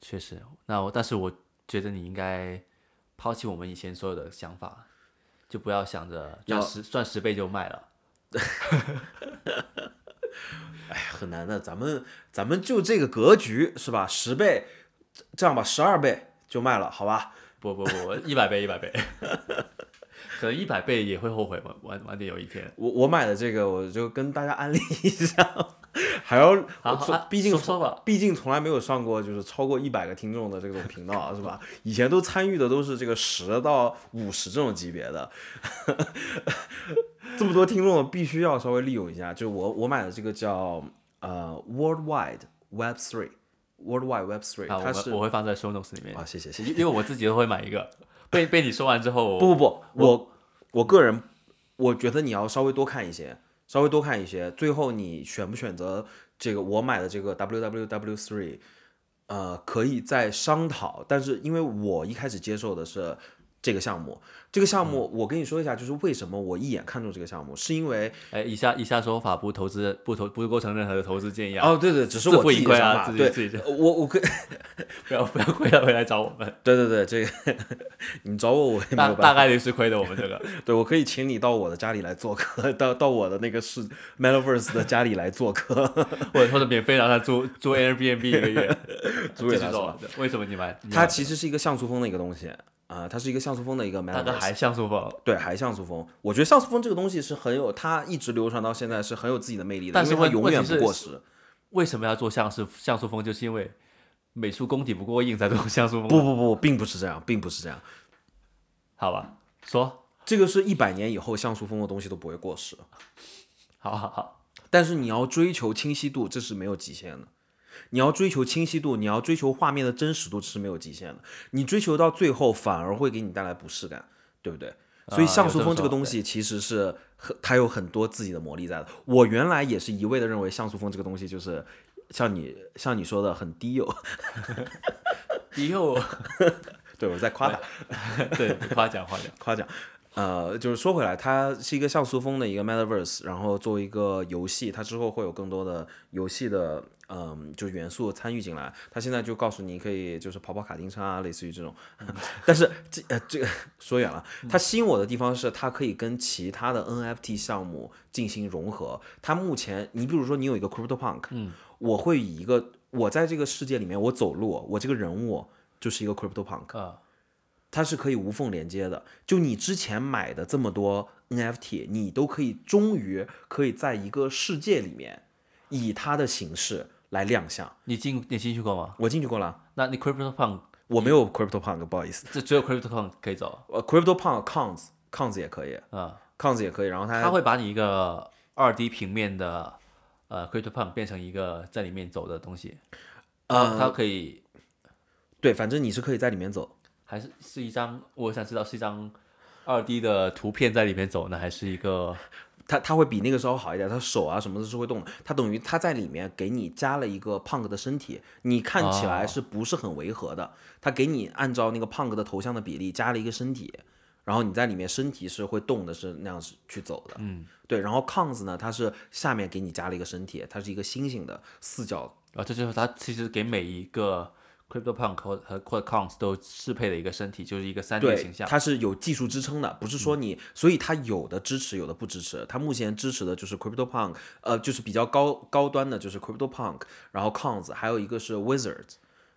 确实，那我但是我觉得你应该抛弃我们以前所有的想法，就不要想着赚要十赚十倍就卖了。哎呀，很难的，咱们咱们就这个格局是吧？十倍，这样吧，十二倍就卖了，好吧？不不不，一百倍一百倍， *laughs* 可能一百倍也会后悔，晚晚晚点有一天。我我买的这个，我就跟大家安利一下， *laughs* 还要好我从啊毕竟说从说吧毕竟从来没有上过就是超过一百个听众的这种频道啊，是 *laughs* 吧？以前都参与的都是这个十到五十这种级别的， *laughs* 这么多听众必须要稍微利用一下。就我我买的这个叫呃 Worldwide Web Three。Worldwide Web Three，啊，它我是会我会放在 show notes 里面啊，，谢谢谢谢因。因为我自己都会买一个。被被你说完之后，不不不，我我个人我觉得你要稍微多看一些，稍微多看一些。最后你选不选择这个我买的这个 WWW three，呃，可以再商讨。但是因为我一开始接受的是这个项目，这个项嗯目我跟你说一下，就是为什么我一眼看中这个项目，是因为哎，以下以下说法不投资，不投不构成任何的投资建议啊！哦对对，只是自我负自己盈的亏想啊，法，自己对自己呃我我可以不要不要亏了回来找我们，对对对，这个 *laughs* 你找我我也没大有办法。大概率是亏的。我们这个对，我可以请你到我的家里来做客，到到我的那个是 Metaverse 的家里来做客。或者或者免费让他租租 Airbnb 一个月， *laughs* 租给继续他是吧说为什么你买？你它买其实是一个像素风的一个东西啊、它是一个像素风的一个大哥 Metaverse。还像素风，对，还像素风，我觉得像素风这个东西是很有，它一直流传到现在是很有自己的魅力的，但是因为它问永问远题不是过时。为什么要做像素像素风？就是因为美术功底不过硬才做像素风，不不不，并不是这样，并不是这样，好吧？说，这个是一百年以后像素风的东西都不会过时。好好好，但是你要追求清晰度，这是没有极限的。你要追求清晰度，你要追求画面的真实度，这是没有极限的。你追求到最后，反而会给你带来不适感，对不对？啊所以像素风这个东西其实是很，它有很多自己的魔力在的。我原来也是一味的认为像素风这个东西就是像你像你说的很低幼， *laughs* 以后对我在夸他。 *laughs* 对夸奖夸奖，夸奖。呃，就是说回来，它是一个像素风的一个 Metaverse，然后作为一个游戏，它之后会有更多的游戏的嗯，就元素参与进来。它现在就告诉你可以就是跑跑卡丁车啊，类似于这种。 *laughs* 但是这呃这个 *laughs* 说远了，它吸引我的地方是它可以跟其他的 NFT 项目进行融合。它目前，你比如说你有一个 CryptoPunk，嗯，我会以一个我在这个世界里面我走路，我这个人物就是一个 CryptoPunk，嗯，它是可以无缝连接的。就你之前买的这么多 NFT，你都可以终于可以在一个世界里面以它的形式来亮相。你进你进去过吗？我进去过了，那你 CryptoPunk 我没有 CryptoPunk，不好意思。这只有 CryptoPunk 可以走，呃，CryptoPunk cons cons 也可以嗯， ，cons 也可以。然后它它会把你一个二 D 平面的呃 CryptoPunk 变成一个在里面走的东西，呃它可以对，反正你是可以在里面走。还是是一张，我想知道是一张二 D 的图片在里面走呢，还是一个它它会比那个稍微好一点，它手啊什么的是会动的，它等于它在里面给你加了一个胖哥的身体，你看起来哦是不是很违和的？它给你按照那个胖哥的头像的比例加了一个身体，然后你在里面身体是会动的，是那样子去走的，嗯，对。然后 cons 呢，它是下面给你加了一个身体，它是一个星星的四角，啊，这就是它其实给每一个 CryptoPunk 和和 q u a d c o n s 都适配的一个身体，就是一个三 D 对形，象。嗯它是有技术支撑的，不是说你，所以它有的支持，有的不支持。它目前支持的就是 CryptoPunk，呃，就是比较高高端的，就是 CryptoPunk，然后 Cons，还有一个是 Wizard。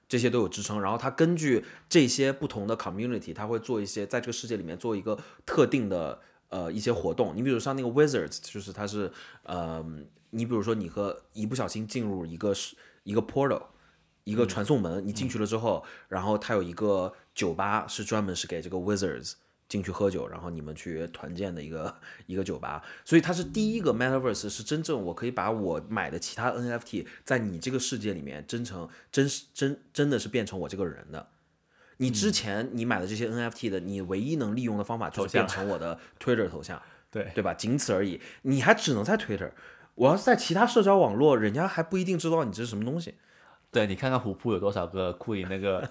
这些都有支撑，然后它根据这些不同的 community，它会做一些在这个世界里面做一个特定的呃一些活动。你比如像那个 Wizards，就是它是呃，你比如说你和一不小心进入一个是一个 portal，一个传送门，你进去了之后，然后它有一个酒吧是专门是给这个 Wizards 进去喝酒，然后你们去团建的一个一个酒吧，所以它是第一个 Metaverse 是真正我可以把我买的其他 NFT 在你这个世界里面真成真是真真的是变成我这个人的。你之前你买的这些 NFT 的，你唯一能利用的方法就是变成我的 Twitter 头像，对对吧？仅此而已，你还只能在 Twitter。我要是在其他社交网络，人家还不一定知道你这是什么东西。对，你看看虎扑有多少个库里那 *laughs* 个，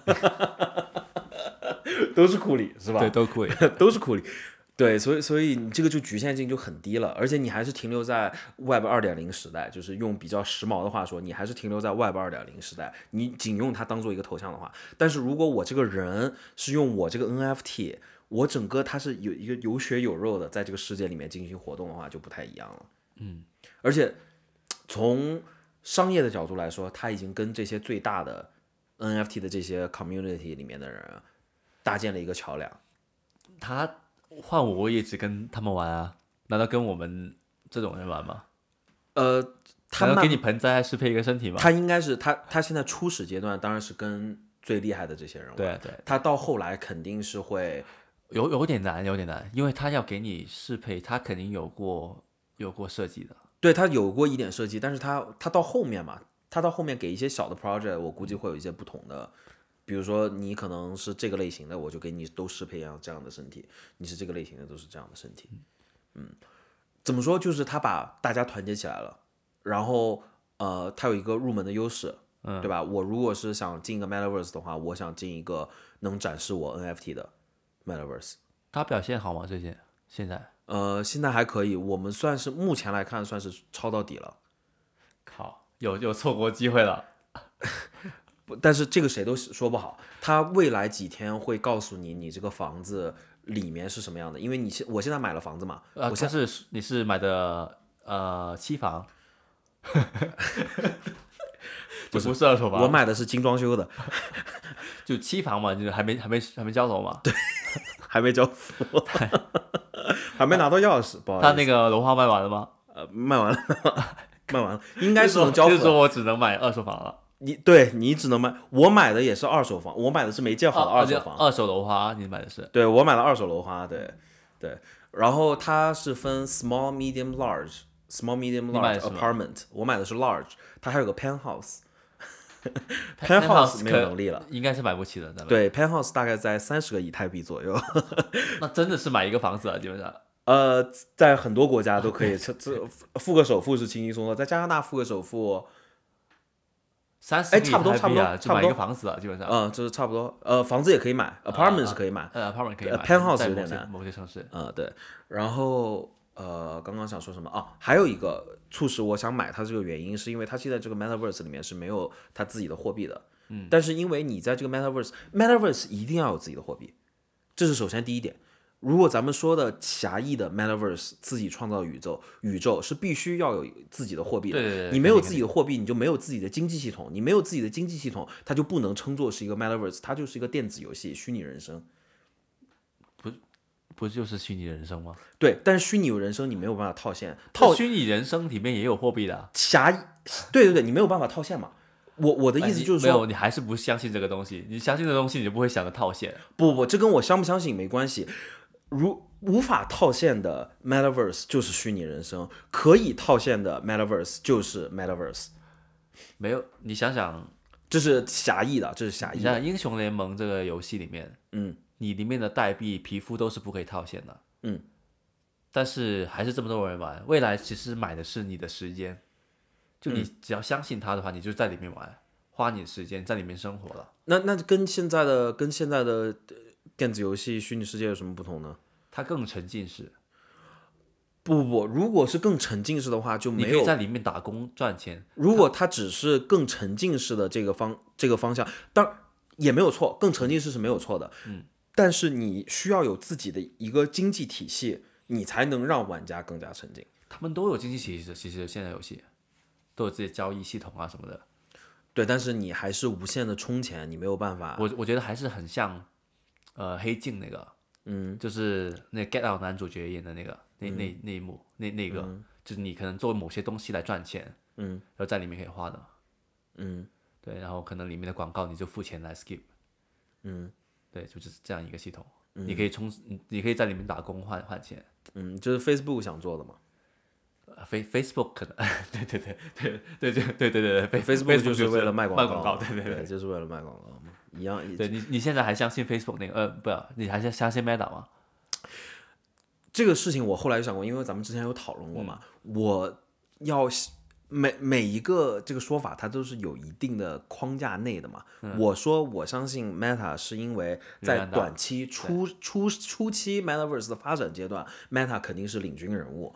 都是库里是吧？对，都库里。都是库里。对，所以所以你这个就局限性就很低了，而且你还是停留在 Web 二点零时代，就是用比较时髦的话说，你还是停留在 Web 二点零时代。你仅用它当做一个头像的话，但是如果我这个人是用我这个 NFT，我整个它是有一个有血有肉的，在这个世界里面进行活动的话，就不太一样了。嗯，而且从商业的角度来说，它已经跟这些最大的 NFT 的这些 community 里面的人搭建了一个桥梁。他换我，我也只跟他们玩啊，难道跟我们这种人玩吗？呃，他难道给慢你盆栽还适配一个身体吗？他应该是他他现在初始阶段当然是跟最厉害的这些人玩，对对，他到后来肯定是会有有点难，有点难，因为他要给你适配，他肯定有过有过设计的。对他有过一点设计，但是他他到后面嘛，他到后面给一些小的 project，我估计会有一些不同的。比如说，你可能是这个类型的，我就给你都适配一样这样的身体；你是这个类型的，都是这样的身体。嗯，怎么说？就是他把大家团结起来了，然后呃，他有一个入门的优势，嗯，对吧？我如果是想进一个 metaverse 的话，我想进一个能展示我 NFT 的 metaverse。他表现好吗？最近现在？呃，现在还可以，我们算是目前来看算是抄到底了。靠，有有错过机会了。不，但是这个谁都说不好。他未来几天会告诉你，你这个房子里面是什么样的，因为你现我现在买了房子嘛，呃，我他现是你是买的呃期房， *laughs* 就不是二手房，我买的是精装 *laughs* 修的，就期房嘛，就是还没还没还没交楼嘛。对，还没交 *laughs* 付，还没拿到钥匙，不好意思，他那个楼花卖完了吗？呃卖完了， *laughs* 卖完了，应该是能交就是付说的。我只能买二手房了。你对你只能卖，我买的也是二手房，我买的是没建好的二啊手就房，二手楼花你买的是对我买了二手楼花，对对，然后它是分 small、medium、large、small、medium、你买 large 的是什么 apartment，我买的是 large，它还有个 penthouse。 Penthouse penthouse 没有可能力了，应该是买不起的，咱们。对，penthouse 大概在三十个以太币左右， *laughs* 那真的是买一个房子啊，基本上。呃，在很多国家都可以，这这付个首付是轻轻松松，在加拿大付个首付，三十哎差不多差不多啊，差就买不一多个房子啊，基本上。呃，这是差不多，呃，房子也可以买，apartment 是可以买，呃，apartment 可以呃买，penthouse 在有某点些难某些城市呃，对，然后呃，刚刚想说什么啊？还有一个促使我想买它这个原因，是因为它现在这个 Metaverse 里面是没有它自己的货币的。嗯，但是因为你在这个 Metaverse，Metaverse 一定要有自己的货币，这是首先第一点。如果咱们说的狭义的 Metaverse 自己创造宇宙，宇宙是必须要有自己的货币的。对对对你肯没有定自己的货币，你就没有自己的经济系统，你没有自己的经济系统，它就不能称作是一个 Metaverse，它就是一个电子游戏、虚拟人生。不就是虚拟人生吗？对，但是虚拟人生你没有办法套现，套套虚拟人生里面也有货币的啊。狭义，对对对，你没有办法套现嘛。我我的哎意思你就是没说，有，你还是不相信这个东西。你相信这个东西，你就不会想着套现。不不不，这跟我相不相信没关系。如无法套现的 Metaverse 就是虚拟人生，可以套现的 Metaverse 就是 Metaverse，没有，你想想，这是狭义的，这是狭你义想的。想英雄联盟这个游戏里面，嗯，你里面的代币、皮肤都是不可以套现的。嗯，但是还是这么多人玩。未来其实买的是你的时间，就你嗯只要相信它的话，你就在里面玩，花你的时间在里面生活了。那那跟现在的跟现在的呃电子游戏虚拟世界有什么不同呢？它更沉浸式，不不，如果是更沉浸式的话，就你没可以有在里面打工赚钱。如果它只是更沉浸式的这个方这个方向，当然也没有错，更沉浸式是没有错的。嗯，但是你需要有自己的一个经济体系，你才能让玩家更加沉浸。他们都有经济体系，其实现在游戏都有自己的交易系统啊什么的。对，但是你还是无限的充钱，你没有办法。我我觉得还是很像，呃，黑镜那个，嗯，就是那 Get Out 男主角演的那个，那嗯那那一幕，那那个、就是你可能做某些东西来赚钱，嗯，然后在里面可以花的，嗯，对，然后可能里面的广告你就付钱来 skip，嗯，对，就是这样一个系统，你可以充，你你可以在里面打工换换钱。嗯，就是 Facebook 想做的嘛。呃 Face Facebook 可能， *laughs* 对对对对对对对对对 Facebook 就是为了卖卖广告嘛，对对对，就是为了卖广告嘛，一样。对你你现在还相信 Facebook 那个呃不要，你还是相信 Meta 吗？这个事情我后来就想过，因为咱们之前有讨嗯论过嘛，我要是每每一个这个说法，它都是有一定的框架内的嘛。我说我相信 Meta 是因为流在嗯量大短期初初初期 Metaverse 的发展阶段，Meta 肯定是领军人物。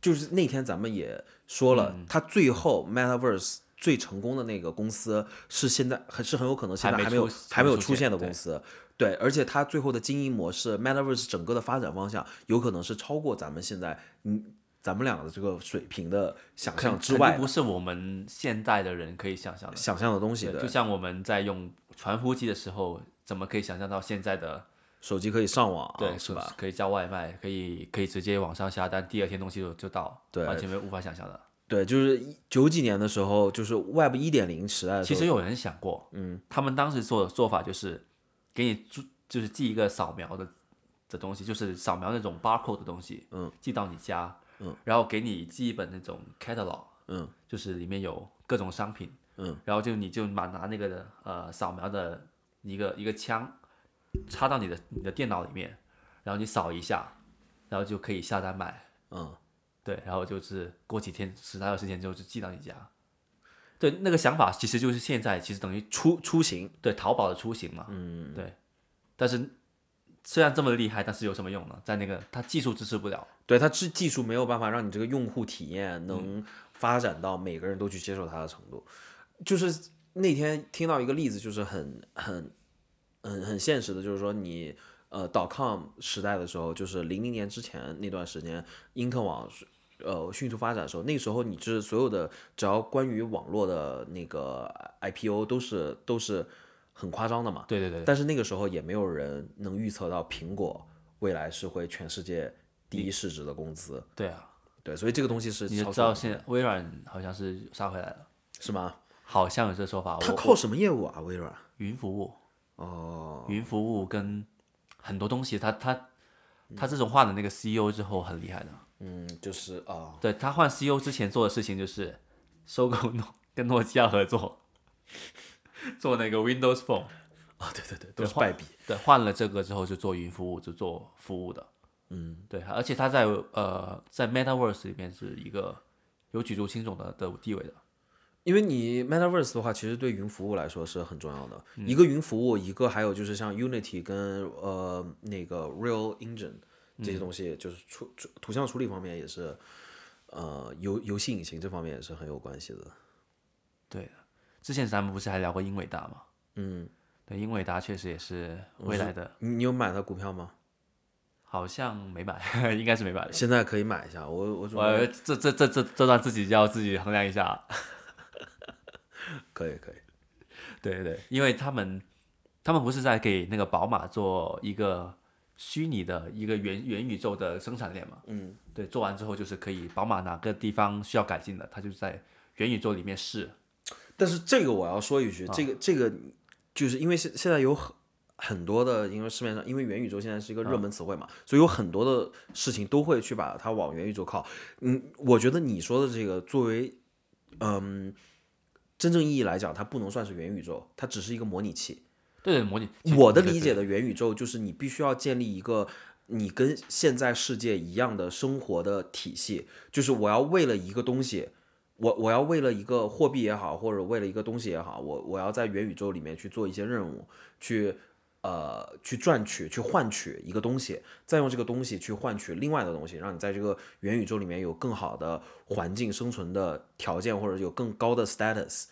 就是那天咱们也说了，嗯它最后 Metaverse 最成功的那个公司是现在很是很有可能现在还没还没有出还没有出出现现的对公司。对，而且它最后的经营模式，Metaverse 整个的发展方向，有可能是超过咱们现在嗯咱们俩的这个水平的想象之肯外定不的是我们现代的人可以想象的。想象的东西。对，对就，像我们在用传呼机的时候，怎么可以想象到现在的手机可以上网，啊对哦是吧？？可以叫外卖，可以可以直接网上下单，第二天东西就就到，对完全没有无法想象的。对，就是一九几年的时候，就是 Web 一点零时代的时其候，实有人想过，嗯，他们当时做的做法就是给你注，就是寄一个扫描的的东西，就是扫描那种 barcode 的东西，嗯，寄到你家，嗯，然后给你寄一本那种 catalog，嗯，就是里面有各种商品，嗯，然后就你就拿拿那个呃扫描的一个一个枪插到你的你的电脑里面，然后你扫一下，然后就可以下单买，嗯，对，然后就是过几天十来二十天之后就寄到你家。对，那个想法其实就是现在，其实等于出出行，对淘宝的出行嘛，嗯，对。但是虽然这么厉害，但是有什么用呢？在那个它技术支持不了，对它技技术没有办法让你这个用户体验能发展到每个人都去接受它的程度。就是那天听到一个例子，就是很很很很现实的，就是说你呃 dot com 时代的时候，就是零零年之前那段时间，英特网是呃迅速发展的时候，那时候你是所有的只要关于网络的那个 IPO 都是都是很夸张的嘛，对对对，但是那个时候也没有人能预测到苹果未来是会全世界第一市值的公司，对啊，对，所以这个东西是你就超知出我道们现在微软好像是杀回来了，是吗？好像有这说法，它我靠什么业务啊？微软？云服务，哦，云服务跟很多东西，它它它自从换了那个 CEO 之后很厉害的，嗯，就是啊，对他换 CEO 之前做的事情就是收购诺 *laughs* 跟诺基亚合作，做那个 Windows Phone。啊，对对对，都是败笔。对，换了这个之后就做云服务，就做服务的。嗯，对，而且他在呃在 MetaVerse 里面是一个有举足轻重的的地位的。因为你 Metaverse 的话，其实对云服务来说是很重要的。嗯一个云服务，一个还有就是像 Unity 跟呃那个 Real Engine 嗯这些东西，就是处处图像处理方面也是，呃游游戏引擎这方面也是很有关系的。之前咱们不是还聊过英伟达吗？嗯，对，英伟达确实也是未来的，你你有买它股票吗？好像没买， *laughs* 应该是没买的。现在可以买一下，我我准备我这这这这这段自己要自己衡量一下。啊可以可以，对对，因为他们他们不是在给那个宝马做一个虚拟的一个元元宇宙的生产链嘛？嗯，对，做完之后就是可以宝马哪个地方需要改进的，它就在元宇宙里面试。但是这个我要说一句，这个这个就是因为现现在有很很多的，因为市面上因为元宇宙现在是一个热门词汇嘛，所以有很多的事情都会去把它往元宇宙靠。嗯，我觉得你说的这个作为嗯真正意义来讲，它不能算是元宇宙，它只是一个模拟器。对对，模拟。我的对理对解的元宇宙就是你必须要建立一个你跟现在世界一样的生活的体系，就是我要为了一个东西，我我要为了一个货币也好，或者为了一个东西也好，我我要在元宇宙里面去做一些任务，去呃去赚取、去换取一个东西，再用这个东西去换取另外的东西，让你在这个元宇宙里面有更好的环境生存的条件，或者有更高的 status。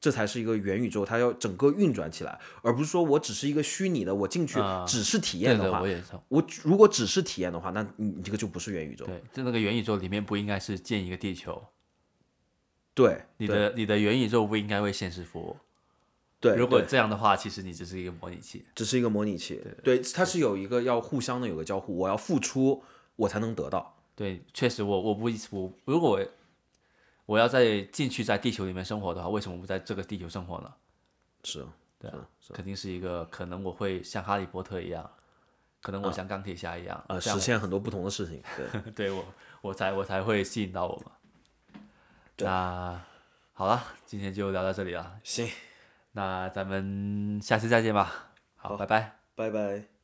这才是一个元宇宙，它要整个运转起来，而不是说我只是一个虚拟的，我进去啊只是体对验的对，话，我也是。我如果只是体验的话，那你你这个就不是元宇宙。对，在那个元宇宙里面不应该是建一个地球，对，你对的你的元宇宙不应该为现实服务。对，如果对这样的话，其实你只是一个模拟器。只是一个模拟器，对，它是有一个要互相的有个交互，我要付出我才能得到。对，确实我，我不我如果我我要在进去在地球里面生活的话，为什么不在这个地球生活呢？是，对啊，是肯定是一个可能我会像哈利波特一样，可啊能我像钢铁侠一样，呃，这样实现很多不同的事情。 *laughs* 我对对，我我才我才会吸引到我嘛。那好了，今天就聊到这里了，行，那咱们下期再见吧。好拜拜。拜拜。